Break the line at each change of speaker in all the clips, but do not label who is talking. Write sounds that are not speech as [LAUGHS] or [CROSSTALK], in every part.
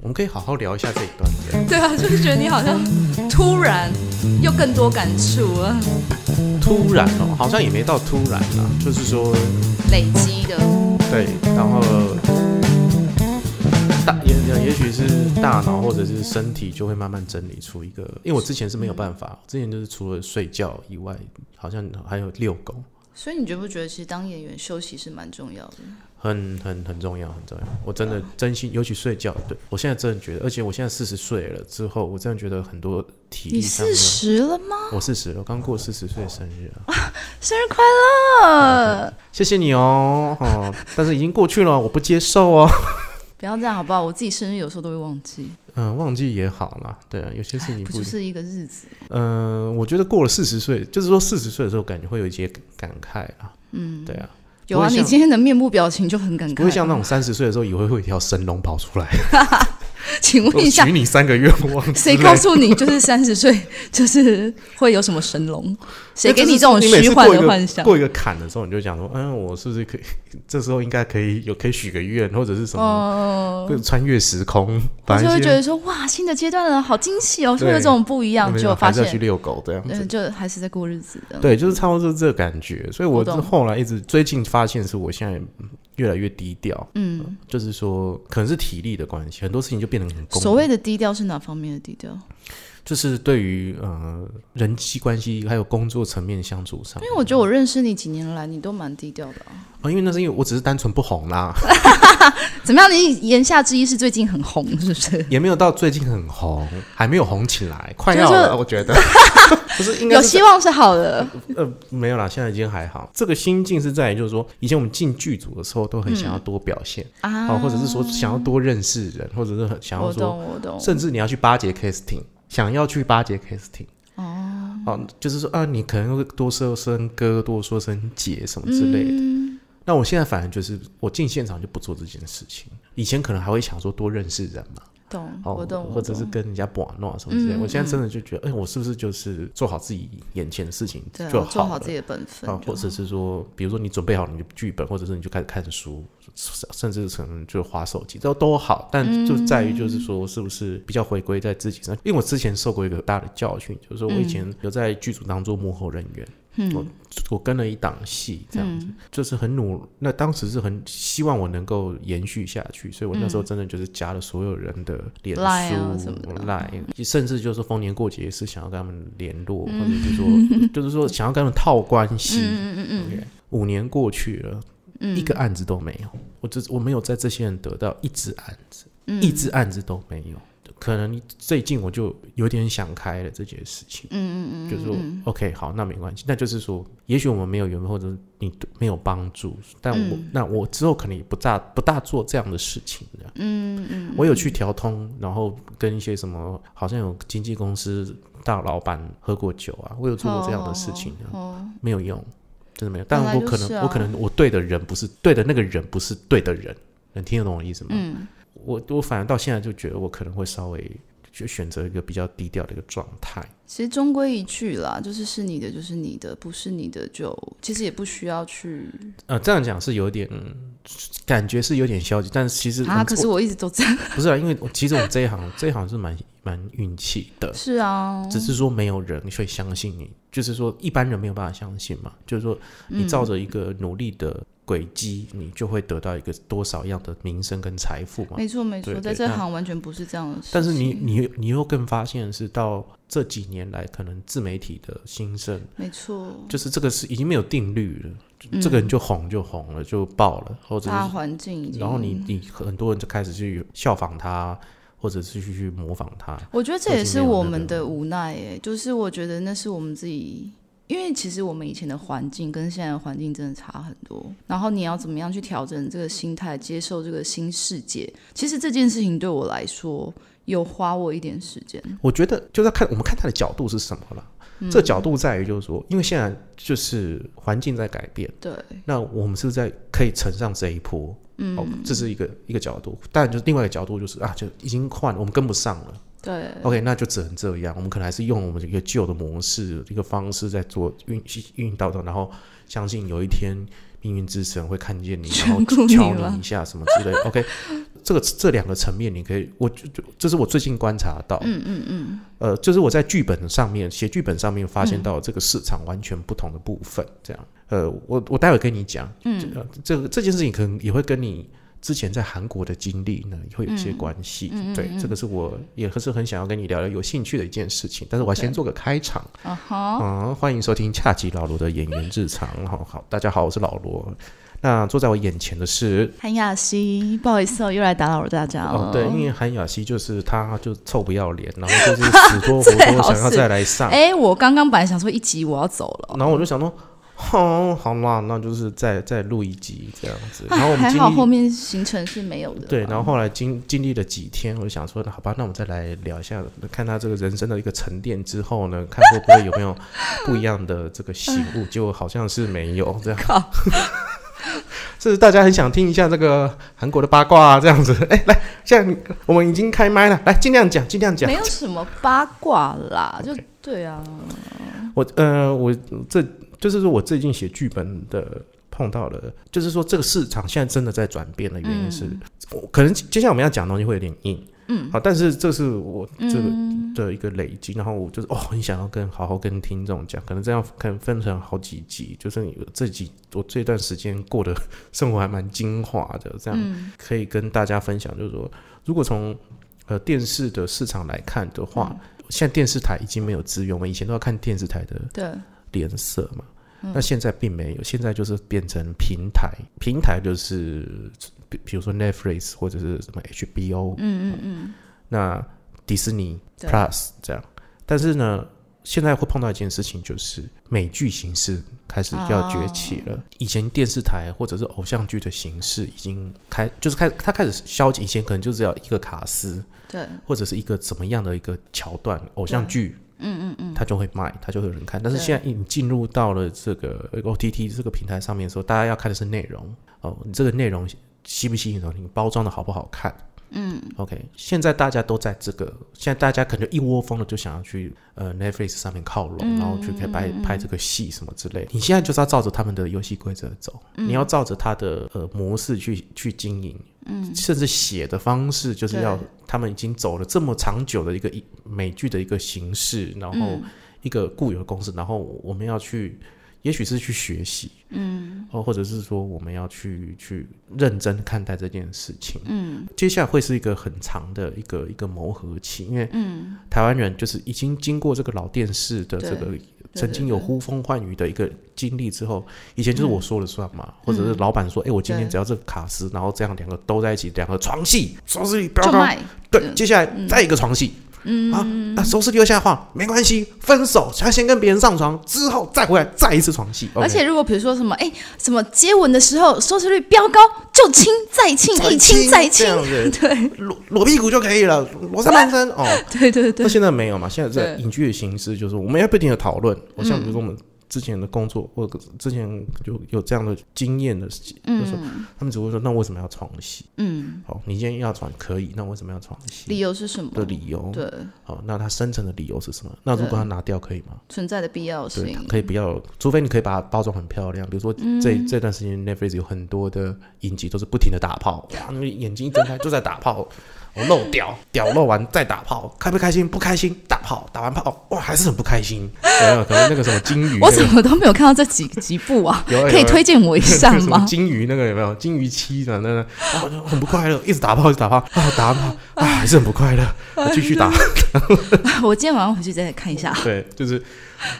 我们可以好好聊一下这一段。
对啊，就是觉得你好像突然又更多感触了，
突然哦，好像也没到突然啦，就是说
累积的。
对，然后呃大也也许是大脑或者是身体就会慢慢整理出一个，因为我之前是没有办法，之前就是除了睡觉以外，好像还有遛狗，
所以你觉不觉得，其实当演员休息是蛮重要的？
很很很重要，很重要。我真的真心，尤其睡觉，对我现在真的觉得，而且我现在四十岁了之后，我真的觉得很多体力
你
上面
四，十了吗？
我四十了，我刚过四十岁生日啊。
生日快乐！
谢谢你哦，
[LAUGHS]
哦，但是已经过去了，我不接受哦。 [LAUGHS]
不要这样好不好？我自己生日有时候都会忘记，
嗯，忘记也好啦，对啊，有些事情
哎
不
不就
一定。
是一个日子？
嗯、我觉得过了四十岁，就是说四十岁的时候，感觉会有一些感慨啊。嗯，对啊，
有啊，
不会
你
像
今天的面部表情就很感
不会像
慨。
那种三十岁的时候，以为会有一条神龙跑出来，
[LAUGHS] 请
我
问一下
许，你三个愿望之类
谁
的。
告诉你
[LAUGHS]
就是三十岁 [LAUGHS] 就是会有什么神龙？谁给
哎就是
你这种
你每次
虚幻
过一
的
个
幻想？
过一个坎的时候，你就想说，嗯，我是不是可以？ [LAUGHS] 这时候应该可以有可以许个愿，或者是什么、
哦，
会穿越时空，
我
反
就
正
会觉
一些
得说哇，新的阶段了，好惊喜哦，是不是有
对
这种不一样？
没有
结果发
还是要去
现，
遛狗这样子
嗯，。就还是在过日子的。
对，就是差不多就是这个感觉。所以
嗯我
我
懂
是后来一直最近发现，是我现在越来越低调，
嗯，
就是说可能是体力的关系，很多事情就变得很功利
所谓的低调是哪方面的低调？
就是对于呃人际关系还有工作层面相处上，
因为我觉得我认识你几年来，你都蛮低调的、啊。
啊、因为那是因为我只是单纯不红啦， [LAUGHS]
怎么样？你言下之意是最近很红，是不是？
也没有到最近很红，还没有红起来，快
就
要
是说
了，我
[LAUGHS]
觉得不是应该
有
是
希望是好的，
呃，没有啦，现在已经还好。这个心境是在于，就是说，以前我们进剧组的时候，都很想要
嗯
多表现、啊，或者是说想要多认识人，或者是很想要
我
说，
懂，我懂。
甚至你要去巴结 casting，想要去巴结 casting。哦，哦，就是说啊，你可能会多说声哥，多说声姐什么之
嗯
类的。那我现在反而就是，我进现场就不做这件事情。以前可能还会想说多认识人嘛，
懂，
哦，
我懂，
或者是跟人家玩闹什么
嗯
之类的。我现在真的就觉得，哎、我是不是就是做好自己眼前的事情
对啊，
就
做
好
好
了
自？己的本分
啊，
就
或
好。
者是说，比如说你准备好你的剧本，或者是你就开始看书，甚至可能就划手机，都都好，但就在于
嗯
就是说，是不是比较回归在自己身上？因为我之前受过一个大的教训，就是说我以
嗯
前有在剧组当做幕后人员，嗯，我我跟了一档戏，这
嗯
样子，就是很努，那当时是很希望我能够延续下去，所以我那时候真的就是加了所有人的脸书、
Line 啊什么的嗯
Line，甚至就是逢年过节是想要跟他们联络，或者是
[LAUGHS]
说，就是说想要跟他们套关系，
嗯嗯嗯，
OK，五年过去了，一个案子都没有，我只我没有在这些人得到一只案子，
嗯
一只案子都没有。可能最近我就有点想开了这件事情，嗯嗯嗯，就是说 OK，好，那没关系，那就是说，也许我们没有缘分，或者是你对没有帮助，但我、
嗯
那我之后可能也不大不大做这样的事情的，嗯嗯，我有去调通，然后跟一些什么好像有经纪公司大老板喝过酒啊，我有做过这样的事情啊，
哦，
没有用，真的没有。但
本来
我
就
可能、
是啊
我可能我对的人不是对的那个人不是对的人，能听得懂我的意思吗？
嗯，
我我反而到现在就觉得我可能会稍微就选择一个比较低调的一个状态。
其实终归一句啦，就是是你的就是你的，不是你的就其实也不需要去
呃，这样讲是有点、嗯感觉是有点消极，但是其实
啊。
我
可是我一直都这样，
我不是啊，因为我其实我们这一行这一行是蛮蛮运气的。
是啊，
呃只是说没有人会相信你，就是说一般人没有办法相信嘛。就是说
嗯
你照着一个努力的轨迹，你就会得到一个多少样的名声跟财富嘛。
没错没错，
对
在
对
这
那
行完全不是这样的事情。
但是你你你又更发现的是到这几年来，可能自媒体的兴盛，
没错，嗯
就是这个是已经没有定律了，就这个人就红就红了，就爆了，或者
大
是
环境已经，
然后你你很多人就开始去效仿他，或者是去去模仿他。
我觉得这
已
也
经
是
没有
我
那
们
个
的无奈、欸，就是我觉得那是我们自己，因为其实我们以前的环境跟现在的环境真的差很多。然后你要怎么样去调整这个心态，接受这个新世界？其实这件事情对我来说，有花我一点时间。
我觉得就在看我们看他的角度是什么了。
嗯
这角度在于就是说，因为现在就是环境在改变，
对，
那我们是不是在可以乘上这一波？嗯，哦，这是一个一个角度，但就是另外一个角度就是啊，就已经换了，我们跟不上了。
对，
OK，那就只能这样。我们可能还是用我们的一个旧的模式、一个方式在做运运到的，然后相
[LAUGHS]
信有一天命运之神会看见你，然后
眷顾你
敲
吗
你一下什么之类的。OK， [LAUGHS] 这个这两个层面，你可以，我就就这是我最近观察到，嗯嗯嗯，呃，就是我在剧本上面写剧本上面发现到这个市场完全不同的部分，这样，呃，我我待会跟你讲，嗯，呃这个这件事情可能也会跟你。之前在韩国的经历呢，也会有一些关系。对，这个是我也是很想要跟你聊聊有兴趣的一件事情，但是我要先做个开场。
啊哈，
嗯，欢迎收听下集老罗的演员日常。好好，大家好，我是老罗。那坐在我眼前的是，
韩雅熙，不好意思哦，又来打扰大家了。
哦，对，因为韩雅熙就是她就臭不要脸，然后就是死拖活拖，
[LAUGHS] 最好
想
是
要再来上。
哎，我刚刚本来想说一集我要走了，
然后我就想说，哦，好啦，那就是再再录一集这样子。然后我们
哎还
经
好
历
后面行程是没有的。
对，然后后来经经历了几天，我就想说，那好吧，那我们再来聊一下，看他这个人生的一个沉淀之后呢，看会不会有没有不一样的这个醒悟，结果好像是没有这样。 [LAUGHS] 是大家很想听一下这个韩国的八卦啊，这样子。哎、来，现在我们已经开麦了，来尽量讲，尽量讲
没。有什么八卦啦，就
OK
对啊，
我呃，我这就是说我最近写剧本的碰到了，就是说这个市场现在真的在转变的原因是，我可能接下来我们要讲的东西会有点硬，嗯，好，但是这是我这个的一个累积，然后我就是哦，很想要跟好好跟听众讲，可能这样可能分成好几集，就是你这几我这段时间过的生活还蛮精华的，这样、可以跟大家分享，就是说如果从呃电视的市场来看的话。现在电视台已经没有资源，我们以前都要看电视台的
对，
脸色嘛。那现在并没有，现在就是变成平台，平台就是比比如说 Netflix 或者是什么 HBO，嗯嗯嗯，那迪士尼
对
Plus 这样。但是呢，现在会碰到一件事情，就是美剧形式开始要崛起了。以前电视台或者是偶像剧的形式已经开，就是开它开始消极，以前可能就只有一个卡司，
对，
或者是一个怎么样的一个桥段，偶像剧，嗯嗯嗯，它就会卖，它就会有人看。但是
对
现在你进入到了这个呃 OTT 这个平台上面的时候，大家要看的是内容哦，你这个内容吸不吸引人，你包装的好不好看。嗯，OK，现在大家都在这个，现在大家可能一窝蜂的就想要去呃 Netflix 上面靠拢，然后去可以拍拍这个戏什么之类的。你现在就是要照着他们的游戏规则走，你要照着他的呃模式去去经营，嗯，甚至写的方式就是要
对
他们已经走了这么长久的一个一美剧的一个形式，然后
嗯
一个固有的公式，然后我们要去，也许是去学习，嗯，哦，或者是说我们要去去认真看待这件事情，嗯，接下来会是一个很长的一个一个磨合期，因为嗯，台湾人就是已经经过这个老电视的这个曾经有呼风唤雨的一个经历之后，以前就是我说了算嘛，或者是老板说，哎、我今天
对
只要这个卡司，然后这样两个都在一起，两个床戏，收视率飙
就
高，
卖
对，接下来再一个床戏。嗯啊，那收视率又下滑没关系，分手，他先跟别人上床，之后再回来再一次床戏。
而且如果比如说什么，哎、什么接吻的时候收视率飙高，就亲再亲，
再
一亲再
这
亲，
样子，
对
裸裸屁股就可以了，裸上半身哦。
[LAUGHS] 对对
那
对，
现在没有嘛？现在在
对嗯
影剧的形式就是我们要不停的讨论，我像比如说我们之前的工作，或者之前有有这样的经验的，就是说他们只会说那为什么要床戏？
嗯，
好，你今天要床可以，那为什么要床戏
理由是什么？
的理由？
对
好，那他深层的理由是什么？那如果他拿掉可以吗？
存在的必要
对，
性
它，可以不要，除非你可以把它包装很漂亮。比如说这、
嗯
这段时间 Netflix 有很多的影集都是不停的打炮，哇，那个眼睛一睁开就在打炮， [LAUGHS] 我漏屌，屌漏完再打炮，开不开心？不开心，打炮，打完炮，哇，还是很不开心。有没有可能那个什么金鱼，
[LAUGHS] 我
那个
怎么都没有看到这几 [LAUGHS] 几部啊，
有啊有啊
可以推荐我一下
[LAUGHS] 什么
吗？
金鱼那个有没有？金鱼七的那个，哇就很不快乐，一直打炮，一直打炮，啊，打完炮，啊，还是很不快乐，啊继续打。
我今天晚上回去再看一下。
对，就是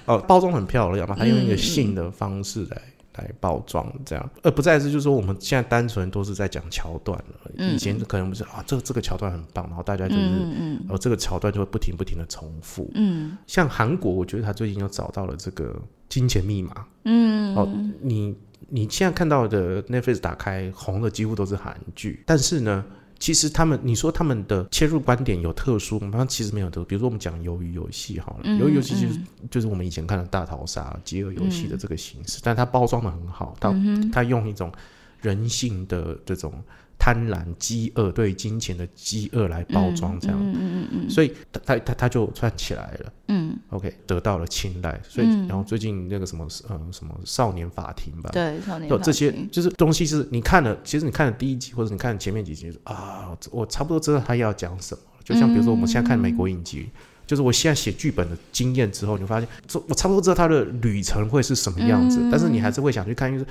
哦，包装很漂亮嘛，它用一个性的方式来、来包装，这样，呃而不再是就是说我们现在单纯都是在讲桥段了。以前可能不是啊，这这个桥段很棒，然后大家
嗯
就是、哦这个桥段就会不停不停的重复。嗯，像韩国，我觉得他最近又找到了这个金钱密码。嗯，哦，你你现在看到的 Netflix 打开红的几乎都是韩剧，但是呢。其实他们，你说他们的切入观点有特殊吗？他其实没有特殊。比如说我们讲鱿鱼游戏好了，鱿鱼游戏就是、就是我们以前看的大逃杀、饥饿游戏的这嗯个形式，但它包装的很好，它、它用一种人性的这种贪婪、饥饿对金钱的饥饿来包装这样，嗯嗯嗯所以他他他他就串起来了，嗯，OK，得嗯到了青睐，所以、然后最近那个什么呃什么少年法庭吧，
对，少年
啊就
法
这些
庭
就是东西是你看了，其实你看了第一集或者你看了前面几集就是啊，我我差不多知道他要讲什么了。就像比如说我们现在看美国影集，就是我现在写剧本的经验之后，你会发现，这我差不多知道他的旅程会是什么样
嗯
子，但是你还是会想去看，就是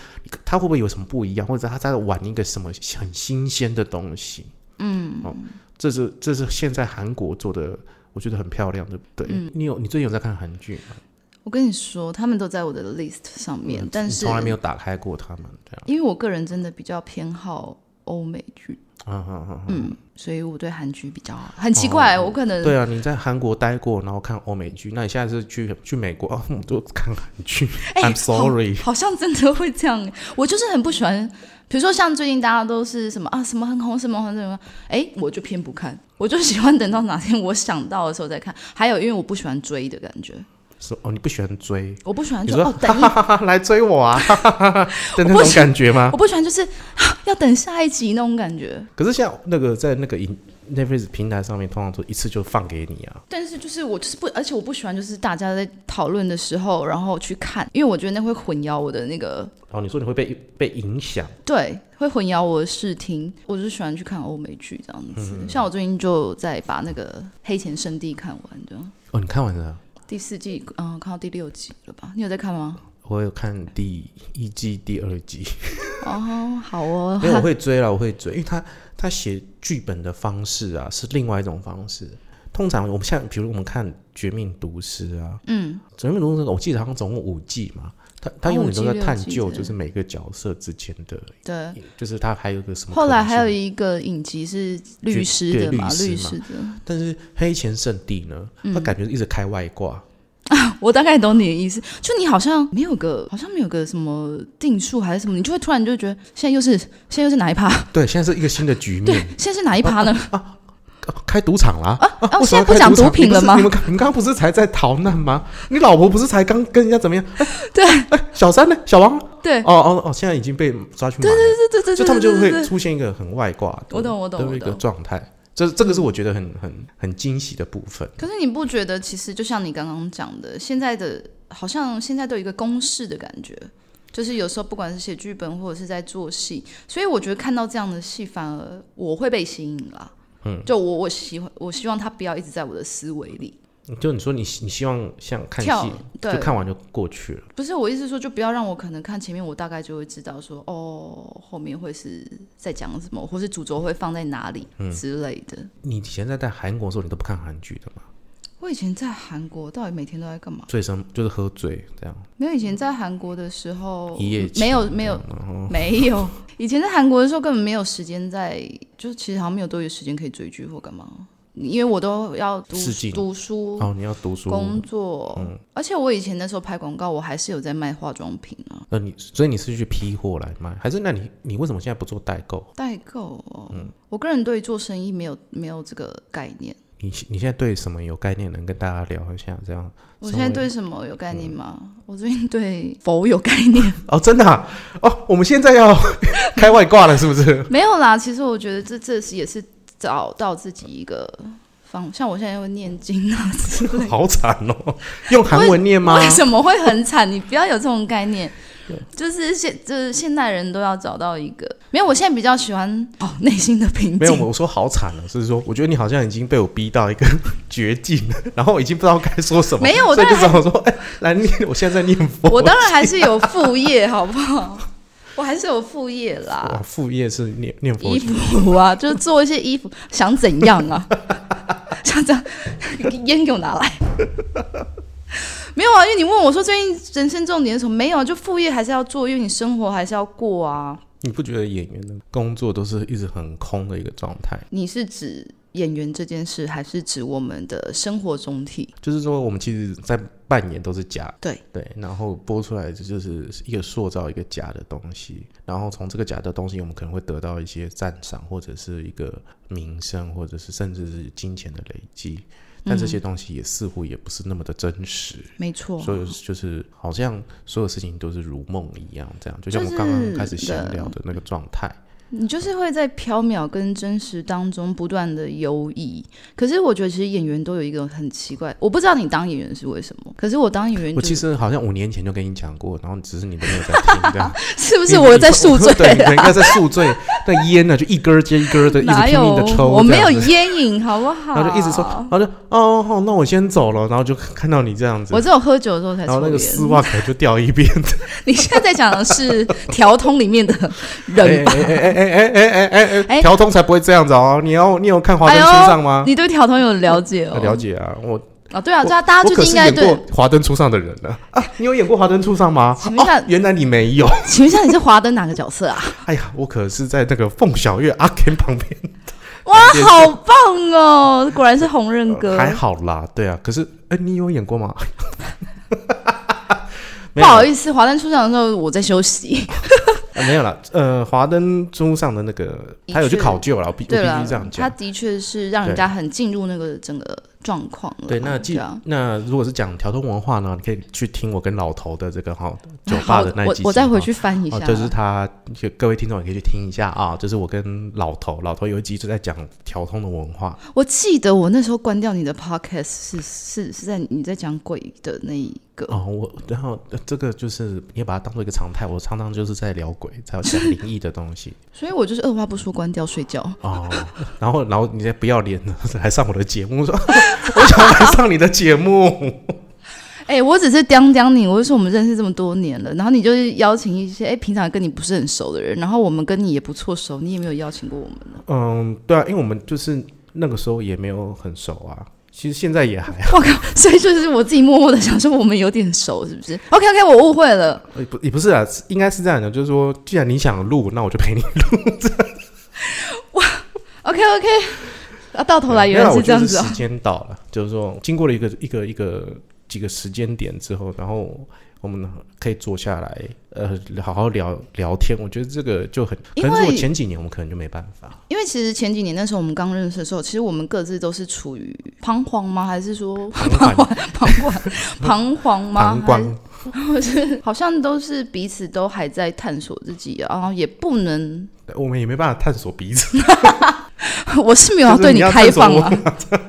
他会不会有什么不一样，或者他在玩一个什么很新鲜的东西。嗯，哦，这是这是现在韩国做的。我觉得很漂亮，对不对？
嗯
你有你最近有在看韩剧吗？
我跟你说，他们都在我的 list 上面，但
你嗯
是
从来没有打开过他们这样。
因为我个人真的比较偏好欧美剧，
嗯嗯嗯。
嗯，所以我对韩剧比较好很奇怪，我可能
对啊，你在韩国待过，然后看欧美剧，那你现在是去去美国哦，我 [LAUGHS] 都看韩剧。
哎
I'm sorry，
好像真的会这样。我就是很不喜欢，比如说像最近大家都是什么啊，什么很红，什么很什么，哎，我就偏不看，我就喜欢等到哪天我想到的时候再看。还有，因为我不喜欢追的感觉，
说哦，你不喜欢追，
我不喜欢
你
就
说
哦等一，
哈哈来追我啊
[LAUGHS]
的那种感觉吗
我？不喜欢就是、啊要等下一集那种感觉。
可是像那个在那个影 Netflix 平台上面，通常都一次就放给你啊。
但是就是我就是不，而且我不喜欢就是大家在讨论的时候，然后去看，因为我觉得那会混淆我的那个
哦，你说你会被被影响，
对，会混淆我的视听。我就喜欢去看欧美剧这样子，
嗯
像我最近就在把那个《黑钱圣地》看完，这样
哦，你看完了？
第四季，嗯，看到第六集了吧？你有在看吗？
我有看第一季、第二季，
哦，好
[LAUGHS]
哦
因，为我会追了，我会追，因为他他写剧本的方式啊是另外一种方式。通常我们像比如我们看《绝命毒师》啊，
嗯，
《绝命毒师》那个我记得好像总共五季嘛，他他用
哦
你都在
五季
探
六季
究，
的
就是每个角色之间的，
[LAUGHS] 对。
就是他还有一个什么可能性。
后来还有一个影集是律师的嘛，
对律
律
师
师
嘛
的，
但是黑钱圣地呢，
嗯
他感觉一直开外挂，
我大概懂你的意思。就你好像没有个，好像没有个什么定数还是什么，你就会突然就觉得现在又是现在又是哪一趴？
对，现在是一个新的局
对
面，，
现在是哪一趴呢？
啊开赌场啦。
啊，哦，
为什
现
么要
在不
开
讲
赌
毒
场
品了吗
你？们刚你们刚刚不是才在逃难吗？你老婆不是才刚跟人家怎么样？哎
[LAUGHS] 对
哎，小三呢？小王？
对，
哦哦哦，现在已经被抓去买了，
哎对对对对，
就他们就
对对
会
对
出现一个很外挂的，
我懂我懂
的
我
一个
懂
状态。这这个是我觉得很很很惊喜的部分。
可是你不觉得，其实就像你刚刚讲的，现在的好像现在都有一个公式的感觉，就是有时候不管是写剧本或者是在做戏，所以我觉得看到这样的戏，反而我会被吸引啦。嗯，就我我喜欢，我希望他不要一直在我的思维里
就你说你你希望像看
跳
戏，，
对
就，看完就过去了。
不是我意思是说，就不要让我可能看前面，我大概就会知道说，哦，后面会是在讲什么，或是主轴会放在哪里之类的。
你以前在在韩国的时候，你都不看韩剧的吗？
我以前在韩国到底每天都在干嘛？
醉生就是喝醉这样。
没有，以前在韩国的时候
一夜，情嗯哦
没有没有 [LAUGHS] 没有，以前在韩国的时候根本没有时间在，就其实好像没有多余时间可以追剧或干嘛，因为我都要读
试镜
读书、
哦，你要读书，嗯
工作，而且我以前那时候拍广告，我还是有在卖化妆品啊，
那你所以你是去批货来卖，还是那你你为什么现在不做代购？
代购、哦。
嗯
我个人对于做生意没有没有这个概念，
你你现在对什么有概念？能跟大家聊一下这样？
我
身
现在
为
对什么有概念
嗯
吗？我最近对佛有概念。
哦，真的、啊、哦，我们现在要 [LAUGHS] 开外挂了，是不是？
没有啦，其实我觉得这这是也是找到自己一个方，像我现在会念经啊之类的。
好惨哦，用韩文念吗？
为什么会很惨？你不要有这种概念，就是现就是现代人都要找到一个没有。我现在比较喜欢哦内心的平
没有，
静。
我说好惨了，是说我觉得你好像已经被我逼到一个绝境了，然后已经不知道该说什么。
没有我
所以就
当然
想说，哎、来念，我现在在念佛。
我当然还是有副业，好不好？ [LAUGHS] 我还是有副业
哇
啦，
副业是念念佛
衣，服啊， [LAUGHS] 就是做一些衣服，想怎样啊？ [LAUGHS] 想这样， [LAUGHS] 烟给我拿来。没有啊，因为你问我说最近人生重点是什么？没有啊，就副业还是要做，因为你生活还是要过啊。
你不觉得演员的工作都是一直很空的一个状态？
你是指演员这件事，还是指我们的生活总体？
就是说，我们其实在扮演都是假，
对
对，然后播出来这就是一个塑造一个假的东西，然后从这个假的东西，我们可能会得到一些赞赏，或者是一个名声，或者是甚至是金钱的累积，但这些东西也似乎也不是那么的真实。
没错啊，
所以就是好像所有事情都是如梦一样，这样就像
就
我
是
刚刚开始闲聊的那个状态，
你就是会在缥缈跟真实当中不断的游移。可是我觉得其实演员都有一个很奇怪，我不知道你当演员是为什么，可是我当演员、
我
就是，
其实好像五年前就跟你讲过，然后只是你都没有在听，这样
[LAUGHS] 是不
就是
我在宿醉啊
[LAUGHS] 对，你
啦
应该在宿醉， [LAUGHS] 那烟呢就一根儿接一根儿的，一直
哪
拼
有？
命的抽，
我没有
这样子
烟瘾，好不好？
然后就一直说，然后就哦，好，那我先走了，然后就看到你这样子
我，只有喝酒的时候才
然
抽
后那个
烟。
丝袜可能就掉
[LAUGHS]
一边，
你现在在讲的是调通里面的
哎 [LAUGHS]
人吧？
哎哎哎哎哎哎哎哎，
哎
调通才不会这样子哦，你有你有看华灯初上吗？
你对调通有了解哦？
了解啊，哎我
啊，对啊，对啊，大家
我
最
可是
近应该
演
对
过华灯初上的人呢啊，你有演过华灯初上吗？
请问一下
哦原来你没有， [LAUGHS]
请问一下，你是华灯哪个角色啊？
哎呀，我可是在那个凤小岳阿 Ken 旁边，
哇，好棒哦！果然是红任哥。
呃还好啦，对啊，可是哎，你有演过
[LAUGHS]
吗？没
不
有
好意思，华灯出场的时候我在
[LAUGHS]
休息。
啊，没有啦，呃，华灯初上的那个，
的
他有去
确
考究了，我必我必
对了
须这样，
他
讲。
的确是让人家很进入那个整个状况了。
对，那既
对啊。
那如果是讲调通文化呢，你可以去听我跟老头的这个哈酒吧
哎好
的那
我
一集，
我再回
哈
去翻一下。
哦，就是他，就各位听众也可以去听一下啊。就是我跟老头，老头有一集就在讲调通的文化，
我记得我那时候关掉你的 podcast 是是是在你在讲鬼的那一个。
哦，我然后呃这个就是你也把它当做一个常态，我常常就是在聊鬼，在讲灵异的东西
所以我就是二话不说关掉睡觉。
哦。然后，然后你再不要脸的来上我的节目，说 [LAUGHS] 我想来上你的节目，
哎、我只是刁刁你，我就说我们认识这么多年了，然后你就是邀请一些哎、平常跟你不是很熟的人，然后我们跟你也不错熟，你也没有邀请
[LAUGHS]
过我们呢。
[LAUGHS] 嗯，对啊，因为我们就是那个时候也没有很熟啊，其实现在也还好，
所以就是我自己默默的想说我们有点熟，是不是？OK OK，我误会了。
呃不也不是啊，是应该是这样的，就是说，既然你想录，那我就
[LAUGHS]
陪你。
OK OK，啊，到头来
对
原
没有
来
啦我
是这样
就
子啊、
时间到了，就是说，经过了一个一个一个几个时间点之后，然后我们可以坐下来，呃，好好聊聊天。我觉得这个就很，可
因为
能是我前几年我们可能就没办法。
因为其实前几年那时候我们刚认识的时候，其实我们各自都是处于彷徨吗？还是说
彷徨
[LAUGHS] 彷徨彷徨吗？
[LAUGHS] 膀胱
好像都是彼此都还在探索自己，然后也不能， [LAUGHS]
我们也没办法探索彼此，
我是没有要
就是
对
你要
开放
探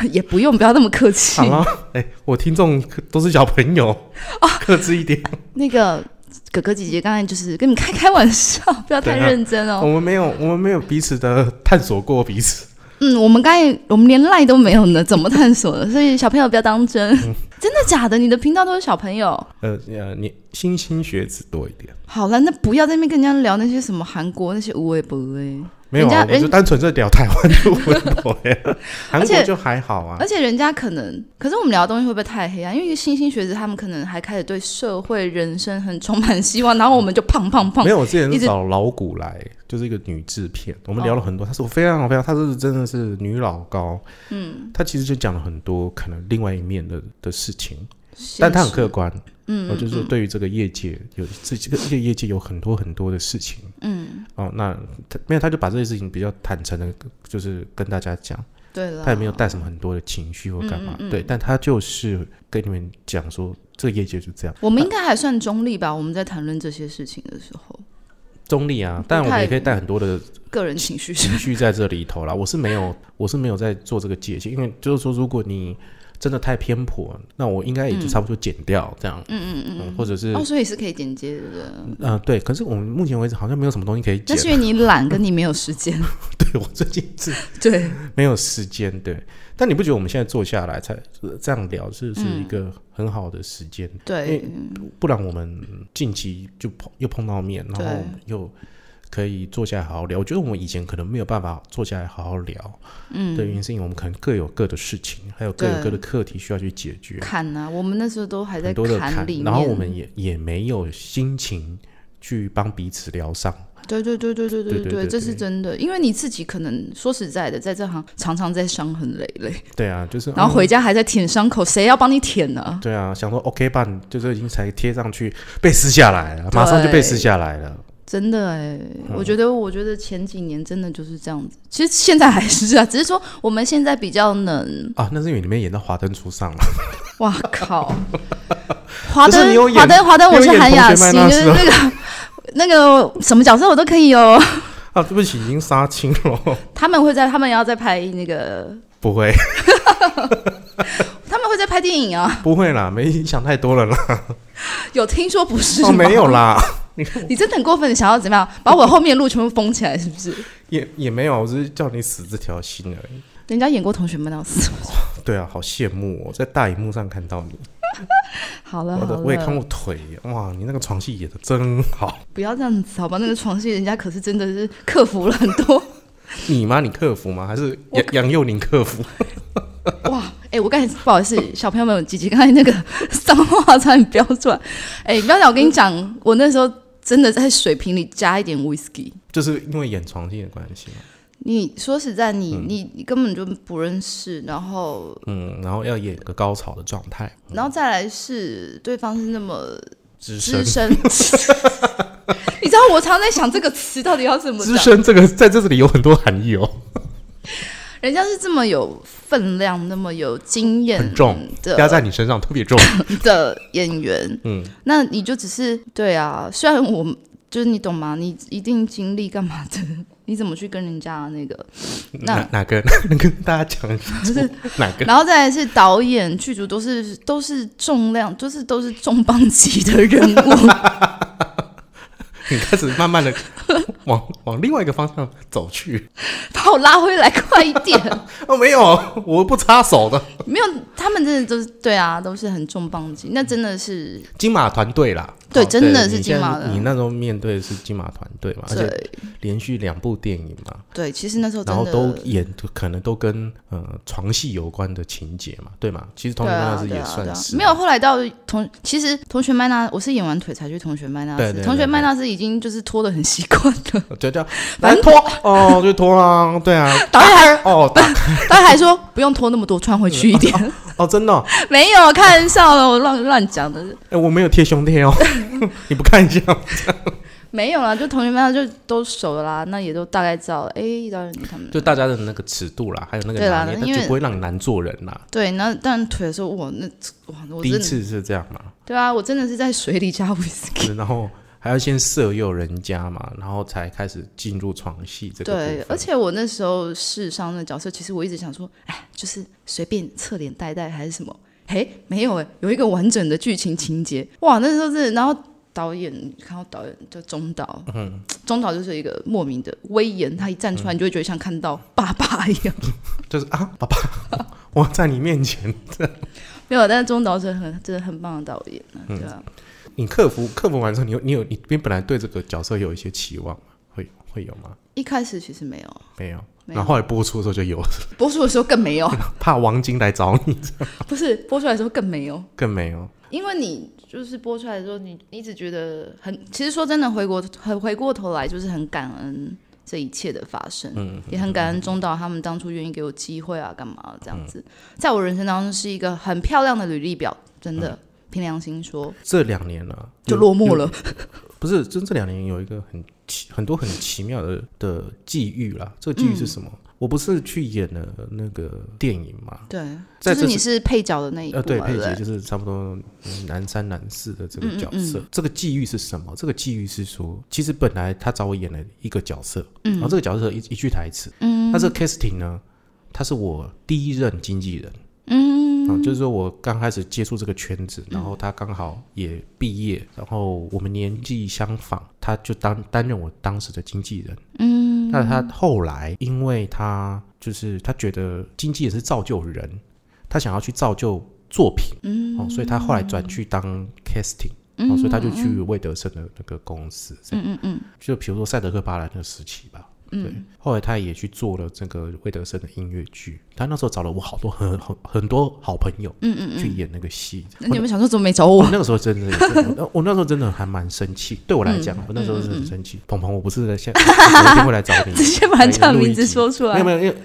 啊， [LAUGHS] 也不用不要那么客气
好。吗？哎，我听众可都是小朋友，
哦
克制一点。
那个哥哥姐姐刚才就是跟你们开开玩笑，不要太
对啊
认真
我
哦。
们没有，我们没有彼此的探索过彼此。
嗯，我们刚才我们连赖都没有呢，怎么探索的？所以小朋友不要当真，
嗯
真的假的？你的频道都是小朋友。
呃呃，你星星学子多一点，
好了，那不要在那边跟人家聊那些什么韩国那些无为不为，
没有、啊，
人家
我就
人
单纯在聊台湾的文博
[LAUGHS]
呀。韩
而且
国就还好啊
而。且人家可能，可是我们聊的东西会不会太黑啊暗？因为新兴学子他们可能还开始对社会人生很充满希望，然后我们就胖胖胖
没。有，我之前
一
是
直
找老谷来，就是一个女制片，我们
哦
聊了很多。她是我非常非常，她是真的是女老高，嗯，她其实就讲了很多可能另外一面的的事情，但她很客观，
嗯，
我就是对于这个业界有这这个这个业界有很多很多的事情，嗯，哦，那她没有，她就把这些事情比较坦诚的，就是跟大家讲，
对啊嗯了，
她也没有带什么很多的情绪或干嘛，对，但她就是跟你们讲说，这个业界就这样。
我们应该还算中立吧？我们在谈论这些事情的时候，
中立
嗯
啊，但我们也可以带很多的
个人情绪是
情绪在这里头啦。我是没有，我是没有在做这个界限，因为就是说，如果你真的太偏颇，那我应该也就差不多剪掉这样。 [LAUGHS] 嗯嗯嗯，或者是
嗯哦，所以是可以剪接的。
呃，对。可是我们目前为止好像没有什么东西可以
那
剪。
是因为你懒，跟你没有时
[LAUGHS]
间。
对我最近是
对，
没有时间，对。但你不觉得我们现在坐下来才这样聊，是是
嗯
一个很好的时间？
对，
不然我们近期就碰又碰到面，然后
对
又可以坐下来好好聊。我觉得我们以前可能没有办法坐下来好好聊，嗯，对，原因是因为我们可能各有各的事情，还有各有
对
各的课题需要去解决，
砍啊！我们那时候都还在
很多的
砍
坎
里面，，
然后我们也也没有心情去帮彼此疗伤。
对对对对对
对
对
对对
这是真的。因为你自己可能说实在的，在这行常常在伤痕累累，
对啊，就是
然后、回
嗯
家还在舔伤口，谁要帮你舔 [LAUGHS] 呢？
对啊，想说 OK 吧，你就是已经才贴上去，被撕下来了，马上就被撕下来了。
真的哎、
嗯
我觉得，我觉得前几年真的就是这样子。其实现在还是啊，只是说我们现在比较能。
啊，那是因为你没演到华灯初上了， [LAUGHS]
哇靠！华
不是你有
灯，
演
华灯，华灯，我
你有
是
演
韩雅
同学
欣，
麦那
[LAUGHS] 就是
时候
那个那个什么角色我都可以哦。 [LAUGHS]
啊，对不起，已经杀青了， [LAUGHS]
他们会在，他们要在拍那个，
不会，
他们会在拍电影啊。
不会啦，没你想太多了啦，
有听说不是吗？
哦，没有啦，
你真的很过分，你想要怎么样？把我后面路全部封起来，是不是？
也也没有，我只是叫你死这条心而已。
[LAUGHS] 人家演过《同学们》那死。
对啊，好羡慕哦，在大荧幕上看到你，
[LAUGHS] 好了
我
嗯好
的
了，
我也看过腿，哇，你那个床戏演的真好，
不要这样子好吧？那个床戏人家可是真的是克服了很
[LAUGHS]
多
你吗？你克服吗？还是杨杨佑宁克服？ [LAUGHS]
哇！哎、我刚才不好意思，小朋友们，姐姐刚才那个脏话差点飙出来。哎、不要讲，我跟你讲，我那时候真的在水瓶里加一点 whisky。
就是因为演床戏的关系嘛，
你说实在，你、你你根本就不认识，然后
嗯，然后要演个高潮的状态，
然后再来是对方是那么
只
资深， [LAUGHS] 你知道我常常在想这个词到底要怎么
资
讲？
深这个在这里有很多含义哦。
人家是这么有分量、那么有经验
很重
的
压在你身上特别重。
的演员，
嗯，
那你就只是对啊，虽然我们就是你懂吗？你一定经历干嘛的？ [LAUGHS] 你怎么去跟人家那个？ [LAUGHS] 那
哪哪个？ [LAUGHS] 能跟大家讲一下哪个？
然后再来是导演、剧组都是都是重量，就是都是重磅级的人物。
[LAUGHS] 你开始慢慢的往往另外一个方向走去。
把我拉回来快一点！
哦，没有，我不插手的。
没有，他们真的都是对啊，都是很重磅级，那真的是
金马团队啦，
对
哦
真的
你
是金马
现在
的
你那时候面对的是金马团队嘛，而且
对
连续两部电影嘛，
对。其实那时候真
然后
的
都演可能都跟呃床戏有关的情节嘛，对嘛？其实《同
对
学们
啊
那时
对
也
啊对
算
啊
是
没有。后来到同，其实同学麦娜，我是演完腿才去同学麦娜斯，
对对对
同学
对
麦娜斯已经就是拖的很习惯
[LAUGHS]
了。
对对啊，
反
来
正
拖哦，就拖啦，对啊，
导演还
哦打
导演还说不用拖那么多，穿回去
[LAUGHS]
一点。 [LAUGHS]
哦，真的哦，
没有，开玩笑的，我乱乱讲的，
哎，我没有贴胸
[LAUGHS]
贴哦，你不看一下吗？
没有啦，就同学麦娜就都熟了啦，那也都大概知道了。哎，导演他们
就大家的那个尺度啦，还有那个
对啦
拿捏，
因为
那就不会让你难做人啦。
对，那但腿的时候，哇，那哇，我
第一
真的
次是这样嘛，
对啊，我真的是在水里加 whisky。
然后还要先色诱人家嘛，然后才开始进入床戏这个
对
部，分
而且我那时候试上的角色，其实我一直想说，哎，就是随便侧脸带带还是什么，哎，没有哎，有一个完整的剧情情节，哇，那时候是，然后导演看到导演就中岛，嗯，中岛就是一个莫名的威严，他一站出来，你就会觉得像看到爸爸一样， [LAUGHS]
就是啊，爸爸， [LAUGHS] 我在你面前，
没有，但是中岛是很真的很棒的导演啊，对啊，
你克服克服完之后，你有你有你你本来对这个角色有一些期望吗？会会有吗？
一开始其实没有，
没有。
没有
然后后来播出的时候就有了，
播出的时候更没有， [LAUGHS]
怕王晶来找你，
不是播出来的时候更没有，
更没有。
因为你就是播出来的时候，你你一直觉得很，其实说真的，回过回回过头来，就是很感恩这一切的发生，也很感恩中岛他们当初愿意给我机会啊，干嘛这样子，在我人生当中是一个很漂亮的履历表，真的，凭良心说，
这两年呢、
就
有
落寞了。
不是，就这两年有一个很奇很多很奇妙的的际遇啦。这个际遇是什么？我不是去演了那个电影嘛？
嗯对，
在
就是
这
你是配角的那一部
呃，
嘛，
对，佩
不
姐
对？
就是差不多嗯男三男四的这个角色。
嗯
这个际遇是什么？这个际遇是说，其实本来他找我演了一个角色，嗯、然后这个角色一一句台词，嗯，那这个 casting 呢，他是我第一任经纪人。嗯就是说我刚开始接触这个圈子，
嗯
然后他刚好也毕业，然后我们年纪相仿，他就当担任我当时的经纪人。嗯，那他后来因为他就是他觉得经纪人是造就人，他想要去造就作品，嗯，哦，所以他后来转去当 casting，、哦，
嗯
所以他就去魏德胜的那个公司，嗯嗯嗯，就比如说赛德克巴莱那个时期吧。
嗯
对，后来他也去做了这个魏德胜的音乐剧，他那时候找了我好多很很很多好朋友，嗯嗯去演那个戏。
那你有没有想说怎么没找我 [LAUGHS]
我？那个时候真的也是，我那我那时候真的还蛮生气。对我来讲，我那时候是很生气。鹏鹏，我不是在现，我一定会来找 [LAUGHS] 你。
直接把人家的名字说出
没
来嗯
有，没有，因为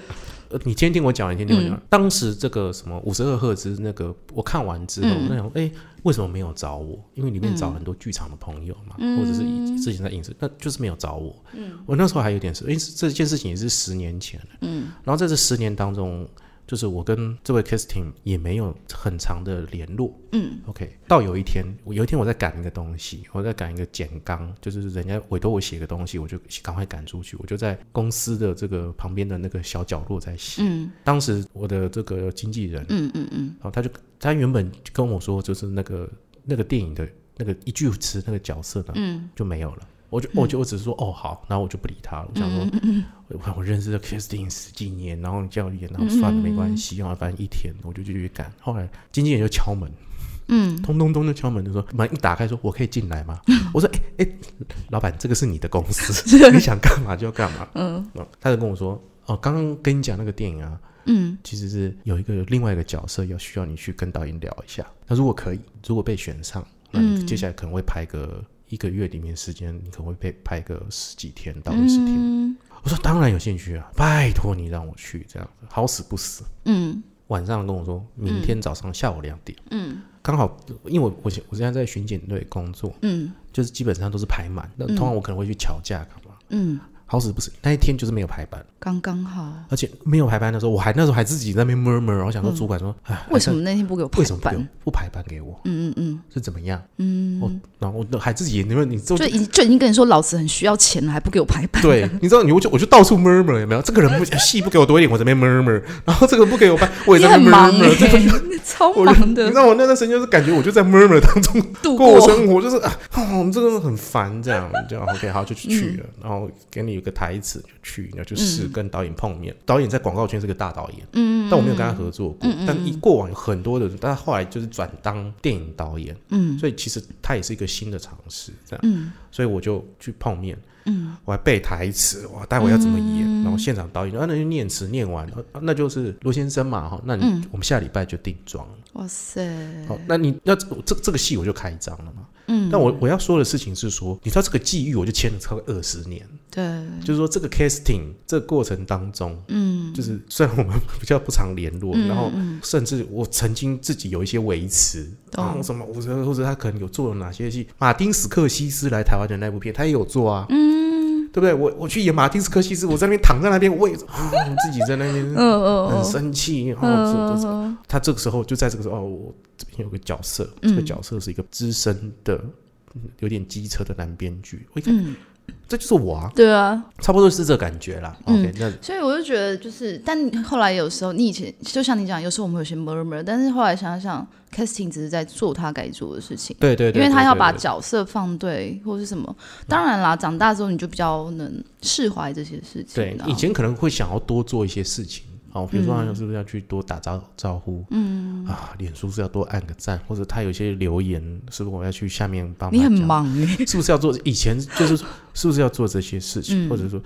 呃你先听我讲，你先听我讲。当时这个什么五十二赫兹那个，我看完之后，
嗯
我在想，哎、为什么没有找我？因为里面找很多剧场的朋友嘛，
嗯
或者是以之前在影视，那就是没有找我。嗯，我那时候还有点是，因为这件事情也是十年前了。嗯，然后在这十年当中，就是我跟这位 casting 也没有很长的联络。嗯，OK。到有一天，我有一天我在赶一个东西，我在赶一个简纲，就是人家委托我写个东西，我就赶快赶出去。我就在公司的这个旁边的那个小角落在写。嗯，当时我的这个经纪人，嗯嗯嗯，然后他就他原本就跟我说，就是那个那个电影的那个一句词那个角色呢，嗯，就没有了。我就我就我只是说哦好，然后我就不理他了。我想说，我 [LAUGHS] 我认识这 Kristin 十几年，然后你叫我演，然后算了，没关系，然后反正一天我就继续干。后来经纪人就敲门，嗯，咚咚咚就敲门，就说门一打开说我可以进来 [LAUGHS] 吗？我说哎哎、老板这个是你的公司， [LAUGHS] 你想干嘛就干嘛。嗯，他就跟我说哦，刚刚跟你讲那个电影啊，嗯，其实是有一个另外一个角色要需要你去跟导演聊一下。他如果可以，如果被选上，那你接下来可能会拍个一个月里面时间，你可能会被拍个十几天到二十天。
嗯
我说当然有兴趣啊，拜托你让我去这样，好死不死，
嗯
晚上跟我说明天早上下午两点，嗯，刚好因为我我现我现在在巡检队工作，
嗯
就是基本上都是排满，那通常我可能会去瞧价干嘛。
嗯，
好死不死，那一天就是没有排班，
刚刚好。
而且没有排班的时候，我还那时候还自己在那边 murmur，我想说主管说，哎、
为什么那天不给我
为什么不
排版
给我不排班给我？
嗯嗯
是怎么样？嗯，我然后我都还自己，因为你就
嗯，就已就已经跟你说老子很需要钱了，还不给我排版。
[LAUGHS] 对，你知道，你我就我就到处 murmur 有没有？这个人不戏不给我多一点，我这边 murmur，然后这个不给我办，我也
你
在那
很
边
忙
murmur，
哎、
这个
[LAUGHS] 超
我就
忙
你知
的
道我那段时间就是感觉我就在 murmur 当中
度
过我
过。
生活，就是啊，哦我们这个人很烦这样，就 OK 好就去了，然后给你有个台词就去，然后就试跟导演碰面。导演在广告圈是个大导演，嗯，但我没有跟他合作过，但一过往有很多的人，但他后来就是转当电影导演，嗯，所以其实他也是一个新的尝试，这样，嗯，所以我就去碰面。嗯，我还背台词，哇，待会要怎么演？然后现场导演说啊，那就念词念完，啊那就是罗先生嘛，哈，那你、我们下礼拜就定妆了。
哇塞，
好，那你那这这这个戏我就开张了嘛。嗯，但我我要说的事情是说，你知道这个际遇我就签了超过二十年，
对，
就是说这个 casting 这个过程当中，嗯，就是虽然我们比较不常联络，
嗯
然后甚至我曾经自己有一些维持，
懂
然后什么，我者或者他可能有做了哪些戏，马丁史克西斯来台湾的那部片，他也有做啊，嗯。对不对？我我去演马丁斯科西斯，我在那边躺在那边，我也、啊、我自己在那边
嗯嗯
很
嗯
生气，哦然后这这
嗯
这
嗯，
他这个时候就在这个时候，哦，我这边有个角色，这个角色是一个资深的、嗯有点机车的男编剧。我一看，
嗯
这就是我啊，
对啊，
差不多是这感觉啦。OK，那
嗯所以我就觉得，就是，但后来有时候，你以前就像你讲，有时候我们有些 murmur，但是后来想想，casting 只是在做他该做的事情，
对对对，
因为他
对
要
对
把
对
角色放对或是什么。当然啦，长大之后你就比较能释怀这些事情啊
对
啦。
以前可能会想要多做一些事情。哦，比如说，
嗯
是不是要去多打招招呼？嗯啊，脸书是要多按个赞，或者他有些留言，是不是我要去下面帮？
你很，忙哎、
[LAUGHS] 是不是要做？以前就是说是不是要做这些事情，或者说，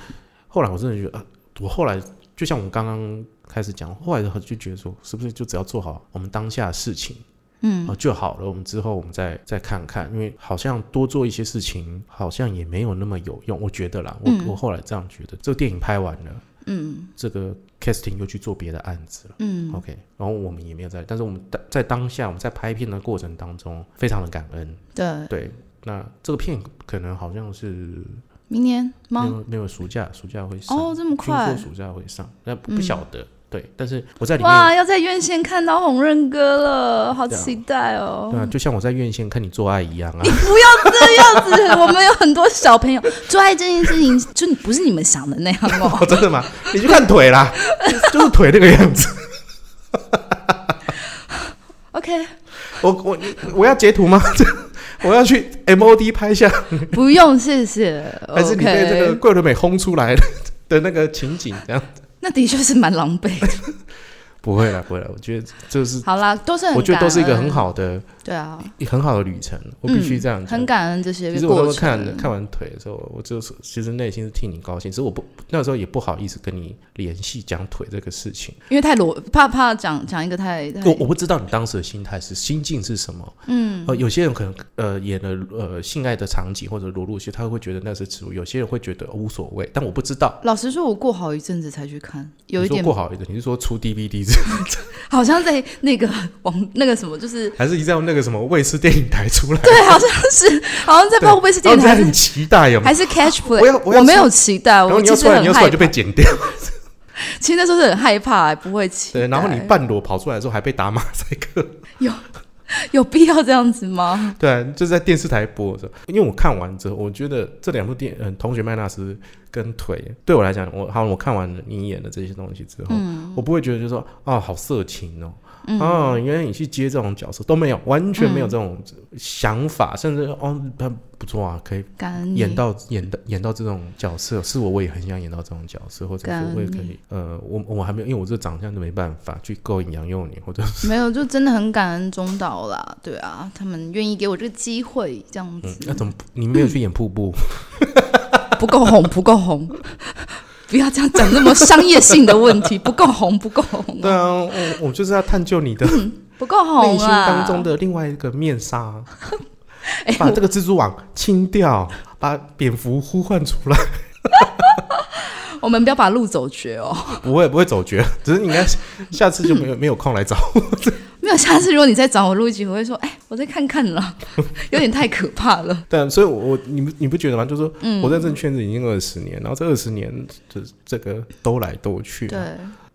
后来我真的觉得，呃、我后来就像我刚刚开始讲，后来的话就觉得说，是不是就只要做好我们当下的事情，嗯、就好了。我们之后我们再再看看，因为好像多做一些事情，好像也没有那么有用。我觉得啦，我、我后来这样觉得，这个电影拍完了，嗯，这个 casting 又去做别的案子了，嗯，OK，然后我们也没有在，但是我们在在当下我们在拍片的过程当中，非常的感恩，
对，
对。那这个片可能好像是
明年
没
吗？
有没有暑假，暑假会上
哦，这么
听说
快！嗯
暑假会上，那不不晓得。对，但是我在里面，
哇，要在院线看到红润哥了，好
对啊
期待哦！
对啊，就像我在院线看你做爱一样啊。 [LAUGHS]
这样子，我们有很多小朋友做爱这件事情，就不是你们想的那样
[LAUGHS]
哦。
哦，真的吗？你去看腿啦， [LAUGHS] 就就是腿那个样子。
OK，
我我我要截图吗？ [LAUGHS] 这我要去 MOD 拍下，
不用，谢谢。
还是你被这个
OK
桂纶镁轰出来的 [LAUGHS] 的那个情景这样？ [LAUGHS]
那的确是蛮狼狈的。
不会啦，不会啦，我觉得这是，
好啦，都是很
我觉得都是一个
感恩
很，好的、
对啊，
很好的旅程。我必须这样讲
嗯很。感恩这些
其实我那时
过
候
程。
看看完腿的时候，我就是其实内心是替你高兴，只是我不那时候也不好意思跟你联系讲腿这个事情。
因为太裸，怕怕讲讲一个太太
我我不知道你当时的心态是心境是什么。嗯，呃，有些人可能呃演了呃性爱的场景或者裸露戏，他会觉得那是耻辱；有些人会觉得无所谓，但我不知道。
老实说，我过好一阵子才去看，有一
你说
点
过好一点，你是说出 DVD 之
好像在那个网那个什么，就是
还是一样那个什么卫视电影台出来？
对，好像是好像在不知道会不会是
然
电
后你还
台还是
很期待有没有？
还是 Catch
哦我
Play，
要我要
没有期待，
然后
我
你
其
要
实
出来，你
很
要出
害
来就
怕
被。剪掉。 [LAUGHS]
其实那时候是很害怕、哎不会骑。
对，然后你半裸跑出来的时候还被打马赛克，
有必要这样子吗？
对啊，就是在电视台播的时候，因为我看完之后，我觉得这两部电，嗯，《同学麦纳斯》跟《腿》，对我来讲，我好，我看完了你演的这些东西之后，
嗯
我不会觉得就说，哦，好色情哦，哦，原来你去接这种角色都没有，完全没有这种
嗯
想法，甚至哦，他不错啊，可以
[LAUGHS] 感恩你
演到演到演到这种角色，是我我也很想演到这种角色，或者
感
是
恩
我也可以，呃，我我还没有，因为我这长相就没办法去勾引杨佑宁，或者 [LAUGHS] 是
没有，就真的很感恩中岛啦，对啊，他们愿意给我这个机会，这样
嗯
子、
那、怎么你没有去演瀑布？
[LAUGHS] 嗯不够红，不够红， [LAUGHS] 不要这样讲那么商业性的
[LAUGHS]
问题，不够红，不够红
对
啊，
啊，我我就是要探究你的
不够
内
红
心
啊！
当中的另外一个面纱，
哎、
把
我
这个蜘蛛网清掉，把蝙蝠呼唤出来。 [LAUGHS]
我们不要把路走绝哦。
不会不会走绝，只是你应该下次就没有没有空来找 [LAUGHS] 我。
没有，下次如果你再找我录一集，我会说，哎、我再看看
[LAUGHS]
啦，有点太可怕了。
但所以我，我你不你不觉得吗？就是说，
嗯
我在这个圈子已经二十年，然后这二十年这这个兜来兜去，
对，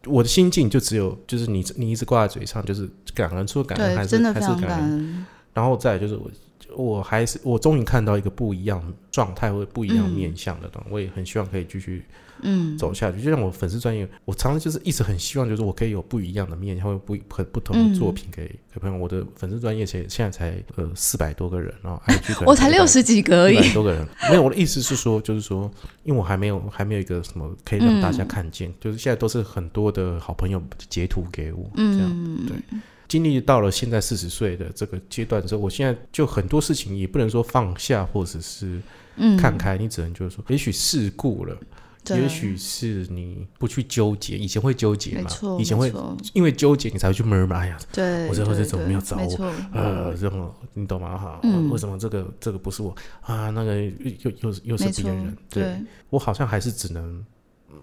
我的心境就只有就是你你一直挂在嘴上，就是感恩，除了感恩还
对，
是
真的
还
非
是
常
感
感
恩。
恩。
然后再来就是我，我还是我终于看到一个不一样状态或者不一样面向的东西，我也很希望可以继续嗯走下去。就像我粉丝专业，我常常就是一直很希望，就是我可以有不一样的面向，或者不很不
嗯
同的作品给给朋友。我的粉丝专业现现在才呃四百多个人，然后 IG 可能
我才
400
六十几个而
一
已，
百多个
[LAUGHS]
人，没有我的意思是说，就是说，因为我还没有还没有一个什么可以让大家看
嗯
见，就是现在都是很多的好朋友截图给我，
嗯
这样对。经历到了现在四十岁的这个阶段之后，我现在就很多事情也不能说放下，或者是
嗯，
看开，你只能就是说，也许世故了，
对
也许是你不去纠结，以前会纠结
没
嘛
错，，
以前
没
会
错
因为纠结你才会去 murmur，哎呀，
对，
我这
对
我这怎么
对
没有找
没
我
错，
呃，这种你懂吗？哈、
嗯
为什么这个这个不是我啊？那个又又又是别
没错
人，，
对，
我好像还是只能。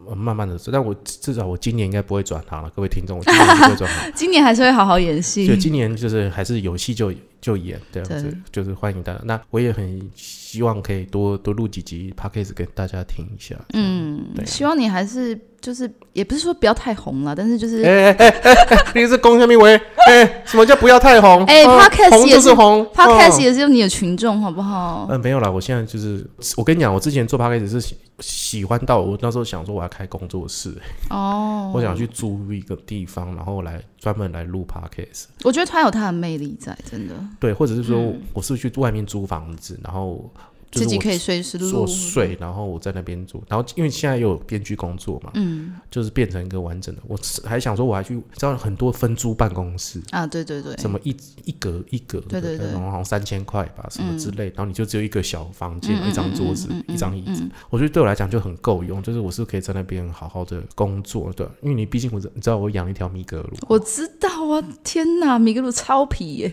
呃慢慢的，但我至少我今年应该不会转行了，各位听众，我今年应该不会转行，
今年还是会好好演
就
戏。
今年就是还是有戏就就演这样子
对，
就是欢迎大家。那我也很希望可以多多录几集 podcast 给大家听一下。
嗯
对，啊
希望你还是就是也不是说不要太红了，但是就是
哎哎哎哎哎，你是公下面为哎，什么叫不要太红？
哎
哦
podcast
红就
也
是
是
红
podcast
哦
也是有你的群众，好不好？
嗯，没有啦，我现在就是，我跟你讲，我之前做 p a c k a g e 是喜喜欢到我那时候想说我要开工作室，
哦，
我想去租一个地方，然后来专门来录 p a c k a g e
我觉得他有他的魅力在，真的，
对，或者是说我是去外面租房子，然后就是
嗯自
我
己可以随时录
做。税，然后我在那边做，然后因为现在又有编剧工作嘛，
嗯
就是变成一个完整的。我是还想说我还去，知道很多分租办公室，
啊，对对对，
什么一一格一格的，
对对对
然后好像三千块吧，什么之类，然后你就只有一个小房间，
嗯
一张桌子，一张椅子，我觉得对我来讲就很够用，就是我是可以在那边好好的工作的，因为你毕竟我你知道我养了一条米格鲁，
我知道啊！天哪，米格鲁超皮耶，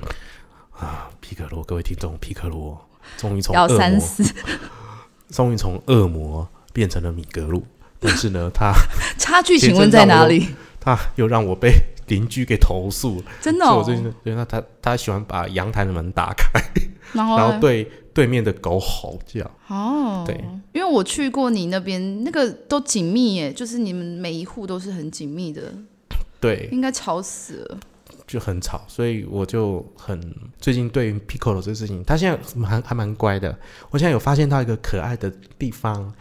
皮格罗，各位听众，皮格罗终于从
要
恶魔 [LAUGHS]
三，思，
终于从恶魔变成了米格鲁，但是呢，他
差距请问在哪里？
他又让我被 [LAUGHS] 邻居给投诉了，
真的、
所以我
哦
最。近对那他他喜欢把阳台的门打开，
然后
然后
嘞
对对面的狗吼叫。
哦，
对，
因为我去过你那边，那个都紧密耶，就是你们每一户都是很紧密的，
对，
应该吵死了。 [LAUGHS]
就很吵，所以我就很最近对于 Piccolo 这事情，他现在蛮还蛮乖的。我现在有发现到一个可爱的地方，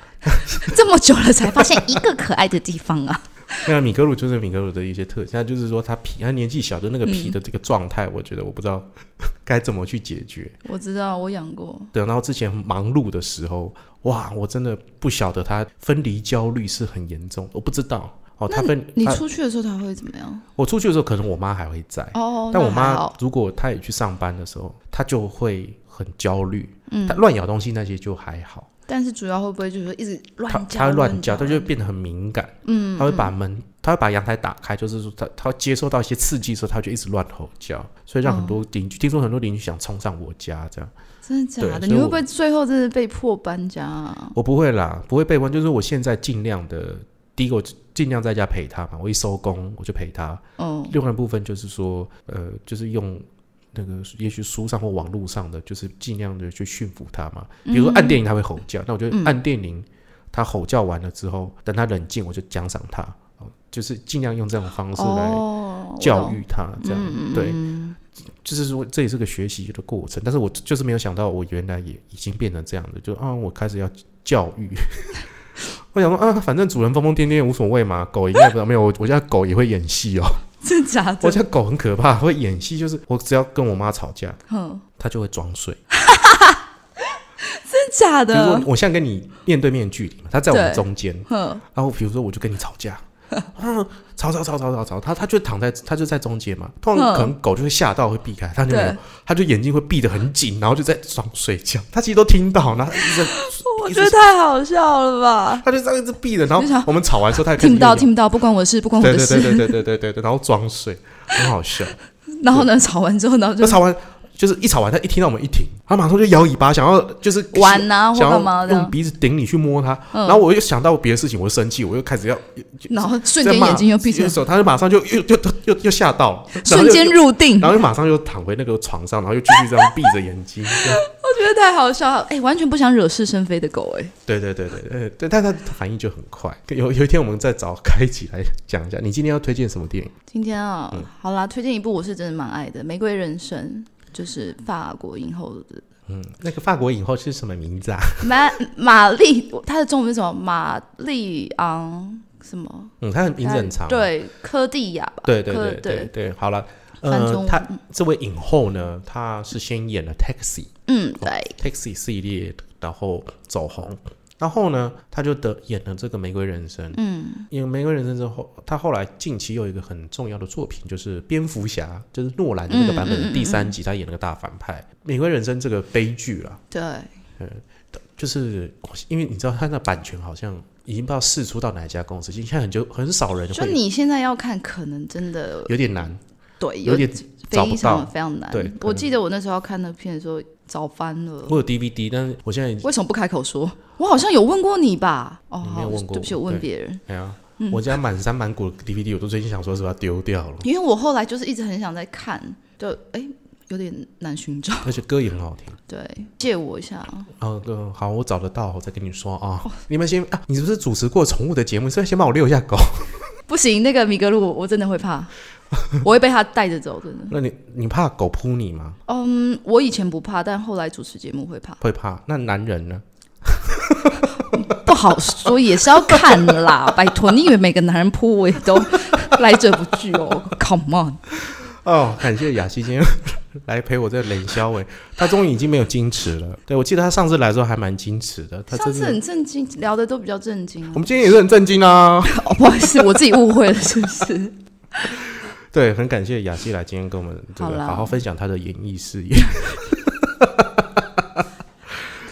这么久了才发现一个可爱的地方
[LAUGHS]
啊！
那米格鲁就是米格鲁的一些特性，他就是说他皮，他年纪小的那个皮的这个状态，我觉得我不知道该怎么去解决。
我知道，我养过，
对，然后之前忙碌的时候，哇，我真的不晓得他分离焦虑是很严重，我不知道哦。他分
你
他
出去的时候他会怎么样？
我出去的时候，可能我妈还会在，
哦，
但我
那还
妈
好
如果她也去上班的时候，她就会很焦虑，
嗯
她乱咬东西那些就还好。
但是主要会不会就是说一直乱
他
叫？
他乱叫，他就
乱
会变得很敏感。嗯，他会把门，他会把阳台打开，就是说他他接收到一些刺激的时候，他就一直乱吼叫，所以让很
哦
多邻居，听说很多邻居想冲上我家这样。
真的假的？
对
你
所以
会
我
不会最后真的被迫搬家啊？
我不会啦，不会被关，就是我现在尽量的，第一个我尽量在家陪他嘛，我一收工我就陪他。
哦，
另外一部分就是说，呃，就是用。那个也许书上或网络上的，就是尽量的去驯服他嘛。
嗯
比如说按电铃他会吼叫，那我就按电铃，他吼叫完了之后，等他冷静，我就奖赏他。哦就是尽量用这种方式来
哦，我
教
懂
育他，这样、
嗯嗯
对，
嗯
就是说这也是个学习的过程。但是我就是没有想到，我原来也已经变成这样的，就啊，我开始要教
[LAUGHS]
育。我想说啊，反正主人疯疯癫癫也无所谓嘛，狗应该不知道没有，我我家狗也会演戏哦，
真假的？
我家狗很可怕，会演戏，就是我只要跟我妈吵架，
哼，
它就会装睡。
真假
比如说
的？
我现在跟你面对面距离嘛，它在我们
嗯对
中间，
哼，
然后比如说我就跟你吵架，嗯，吵吵吵吵吵吵，他他就躺在他就在中间嘛，通常
嗯
可能狗就会吓到会避开，他就没有
对，
他就眼睛会闭得很紧，然后就在装睡觉，他其实都听到，然后一直
我觉得太好笑了吧！
他就这样一直闭着，然
就想
后我们吵完之后他就开始
听不到，
又
听不到，不关我的事，不关我
对对
的事。
对对对对对对，然后装睡，很好
[LAUGHS]
笑。
然后呢，吵完之后，然后
那
就
吵完就是一吵完，他一听到我们一停，他马上就摇尾巴，想要就是
玩呐，或
想
干嘛
要
这
用
样，
鼻子顶你去摸他，
嗯
然后我又想到别的事情，我又生气，我又开始要
然后瞬
在
间
骂
眼睛又闭起来，
手，他就马上就又又又又吓到了，然后
瞬
又
间入定，
然后又马上又躺回那个床上，然后又继续这样闭着眼睛。这样
我觉得太好笑了。哎，完全不想惹是生非的狗，哎，
对对对对对对，但他反应就很快。有有一天我们再找开启来讲一下，你今天要推荐什么电影？
今天啊，
嗯
好啦，推荐一部我是真的蛮爱的，《玫瑰人生》，就是法国影后的
嗯，那个法国影后是什么名字啊？
玛玛丽，她的中文是什么？玛丽昂什么？
嗯，她的名字很长。
对，科蒂亚吧？
对对
科
对对对，好了。
翻中
呃，
文
她这位影后呢，她是先演了《Taxi》
嗯，对，
Taxi 系列，然后走红，然后呢，她就得演了这个《玫瑰人生》。
嗯，
因为《玫瑰人生》之后，他后来近期有一个很重要的作品，就是《蝙蝠侠》，就是诺兰的那个版本
嗯嗯嗯
的
嗯
第三集，他演了个大反派。《玫瑰人生》这个悲剧啦，
对，
就是因为你知道他的版权好像已经不知道释出到哪一家公司，现在很就很少人
就
会，
你现在要看，可能真的
有点难，
对，
有点找
非
不
常
到。
非常难。
对可能
我记得我那时候要看那片的时候，早翻了。
我有 DVD，但是我现在已经
为什么不开口说？我好像有问过你吧？
嗯
哦，
你
好
没有问过
对不起，
我
我问
对
别人。
哎呀，
嗯
我家满山满谷的 DVD，我都最近想说是不是要丢掉了，
[LAUGHS] 因为我后来就是一直很想再看，就哎有点难寻找。
而且歌也很好听。
对，借我一下。
哦，对，好，我找得到，我再跟你说啊。
哦
你们先啊，你是不是主持过宠物的节目？你是不是先帮我遛一下狗？
不行，那个米格鲁我我真的会
[LAUGHS]
怕，我会被他带着走，真的。
那你你怕狗扑你吗？
嗯，我以前不怕，但后来主持节目会怕，
会怕？那男人呢？
不好说，也是要看啦。拜托，你以为每个男人扑我也都来者不拒 [LAUGHS] 哦？Come on，
哦，感谢雅西今天 [LAUGHS] 来陪我这冷消哎，他终于已经没有矜持了。对，我记得他上次来的时候还蛮矜持的，他
上
真
次
的。
很震惊，聊的都比较震惊啊
我。们今天也是很震惊啊！
哦，不好意思，我自己误会了，是不是？
对，很感谢雅西来今天跟我们这
好
个
啦
好好分享他的演艺事业。 [LAUGHS]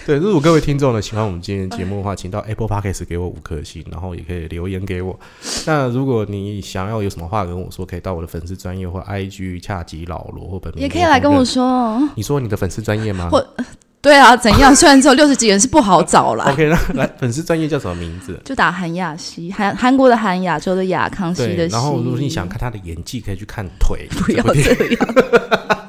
对，如果各位听众呢喜欢我们今天的节目的话，请到 Apple Podcast 给我五颗星，然后也可以留言给我。那如果你想要有什么话跟我说，可以到我的粉丝专业或 IG 恰吉老罗或本名
[LAUGHS] 也可以
罗
来
红
跟我
任
说哦。
你说你的粉丝专业吗
或对啊，怎样？虽然只有六十几人是不好找啦，
[LAUGHS] ？OK，那来粉丝专业叫什么名字？
[LAUGHS] 就打韩亚西，韩韩国的韩，亚洲的亚，康熙
对，
的熙。
然后如果你想，看他的演技，可以去看腿。
不要
这部电影
这 [LAUGHS] 样，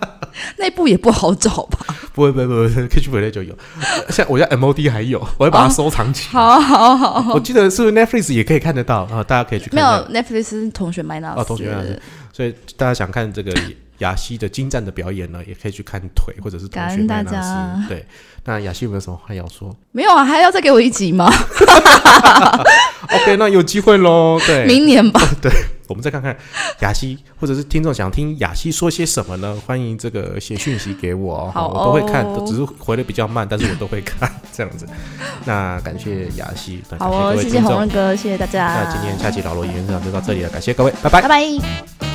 那部也不好找吧？
不会不会不会不会，Catch Play 就有。 [LAUGHS] 像我家 MOD 还有，我会把它收藏起来。
哦好好好，
我记得是不是 Netflix 也可以看得到啊？大家可以去
没
看
有
看。
Netflix 是同学麦纳斯
哦同学麦纳斯所以大家想看这个 [LAUGHS] 雅西的精湛的表演呢，也可以去看腿或者是同
感
学
恩
麦
大
纳斯。对，那雅西有没有什么话要说
没有啊，还要再给我一集吗？
？OK，那有机会喽。
[LAUGHS]
对，
明年吧。
我们再看看雅西，或者是听众想听雅西说些什么呢？欢迎这个写讯息给我哦，
好哦
我都会看，只是回的比较慢，但是我都会看 [LAUGHS] 这样子。那感谢雅西，那
好
感
哦，
各位
谢谢
听
红
众。
润哥，谢谢大家。
那今天下期老罗演讲就到这里了，感谢各位，拜拜
拜。拜。